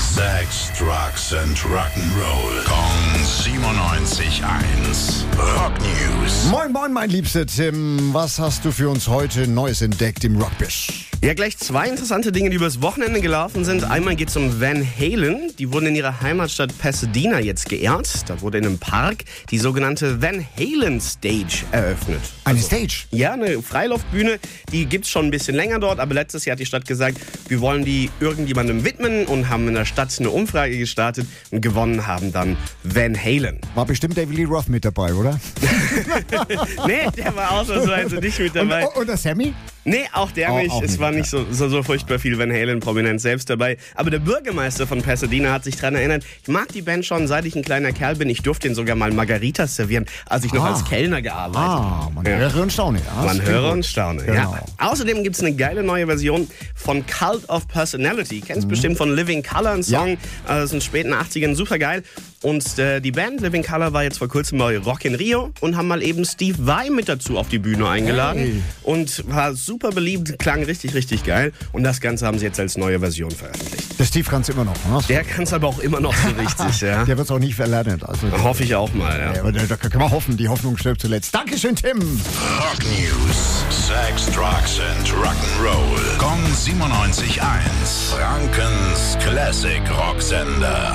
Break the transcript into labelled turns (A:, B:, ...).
A: Sex, Drugs and Rock'n'Roll. Kong 97.1. Rock News.
B: Moin, moin, mein liebster Tim. Was hast du für uns heute Neues entdeckt im Rockbisch?
C: Ja, gleich zwei interessante Dinge, die übers Wochenende gelaufen sind. Einmal geht es um Van Halen. Die wurden in ihrer Heimatstadt Pasadena jetzt geehrt. Da wurde in einem Park die sogenannte Van Halen Stage eröffnet.
B: Eine Stage.
C: Ja, eine Freilaufbühne, die gibt es schon ein bisschen länger dort, aber letztes Jahr hat die Stadt gesagt, wir wollen die irgendjemandem widmen und haben in der Stadt eine Umfrage gestartet und gewonnen haben dann Van Halen.
B: War bestimmt David Lee Roth mit dabei, oder?
C: Nee, der war ausnahmsweise Also nicht mit dabei.
B: Und, oh, und der Sammy?
C: Nee, auch der
B: Auch-
C: nicht.
B: auch
C: es
B: nicht,
C: war nicht so, so, so furchtbar viel Van Halen-Prominent selbst dabei. Aber der Bürgermeister von Pasadena hat sich daran erinnert, ich mag die Band schon, seit ich ein kleiner Kerl bin. Ich durfte ihnen sogar mal Margaritas servieren, als ich noch
B: Ah.
C: als Kellner gearbeitet habe.
B: Ah, man
C: Ja.
B: höre und staune. Ja,
C: Man
B: das
C: höre
B: stimmt.
C: und staune.
B: Genau.
C: Ja. Außerdem gibt es eine geile neue Version von Cult of Personality. Kennst
B: Mhm.
C: bestimmt von Living Color, ein Song äh, aus den späten 80ern, super geil. Und äh, die Band Living Color war jetzt vor kurzem bei Rock in Rio und haben mal eben Steve Vai mit dazu auf die Bühne eingeladen.
B: Hey.
C: Und war super beliebt, klang richtig, richtig geil. Und das Ganze haben sie jetzt als neue Version veröffentlicht.
B: Der Steve kann es immer noch. Ne?
C: Der kann es aber auch immer noch so richtig, ja.
B: Der wird es auch nicht verlernen. Also,
C: Hoffe ich auch mal, ja.
B: Ja, aber da, da können wir hoffen. Die Hoffnung stirbt zuletzt. Dankeschön, Tim.
A: Rock News. Sex, Drugs and Rock'n'Roll. Kong 97.1. Frankens Classic Rocksender.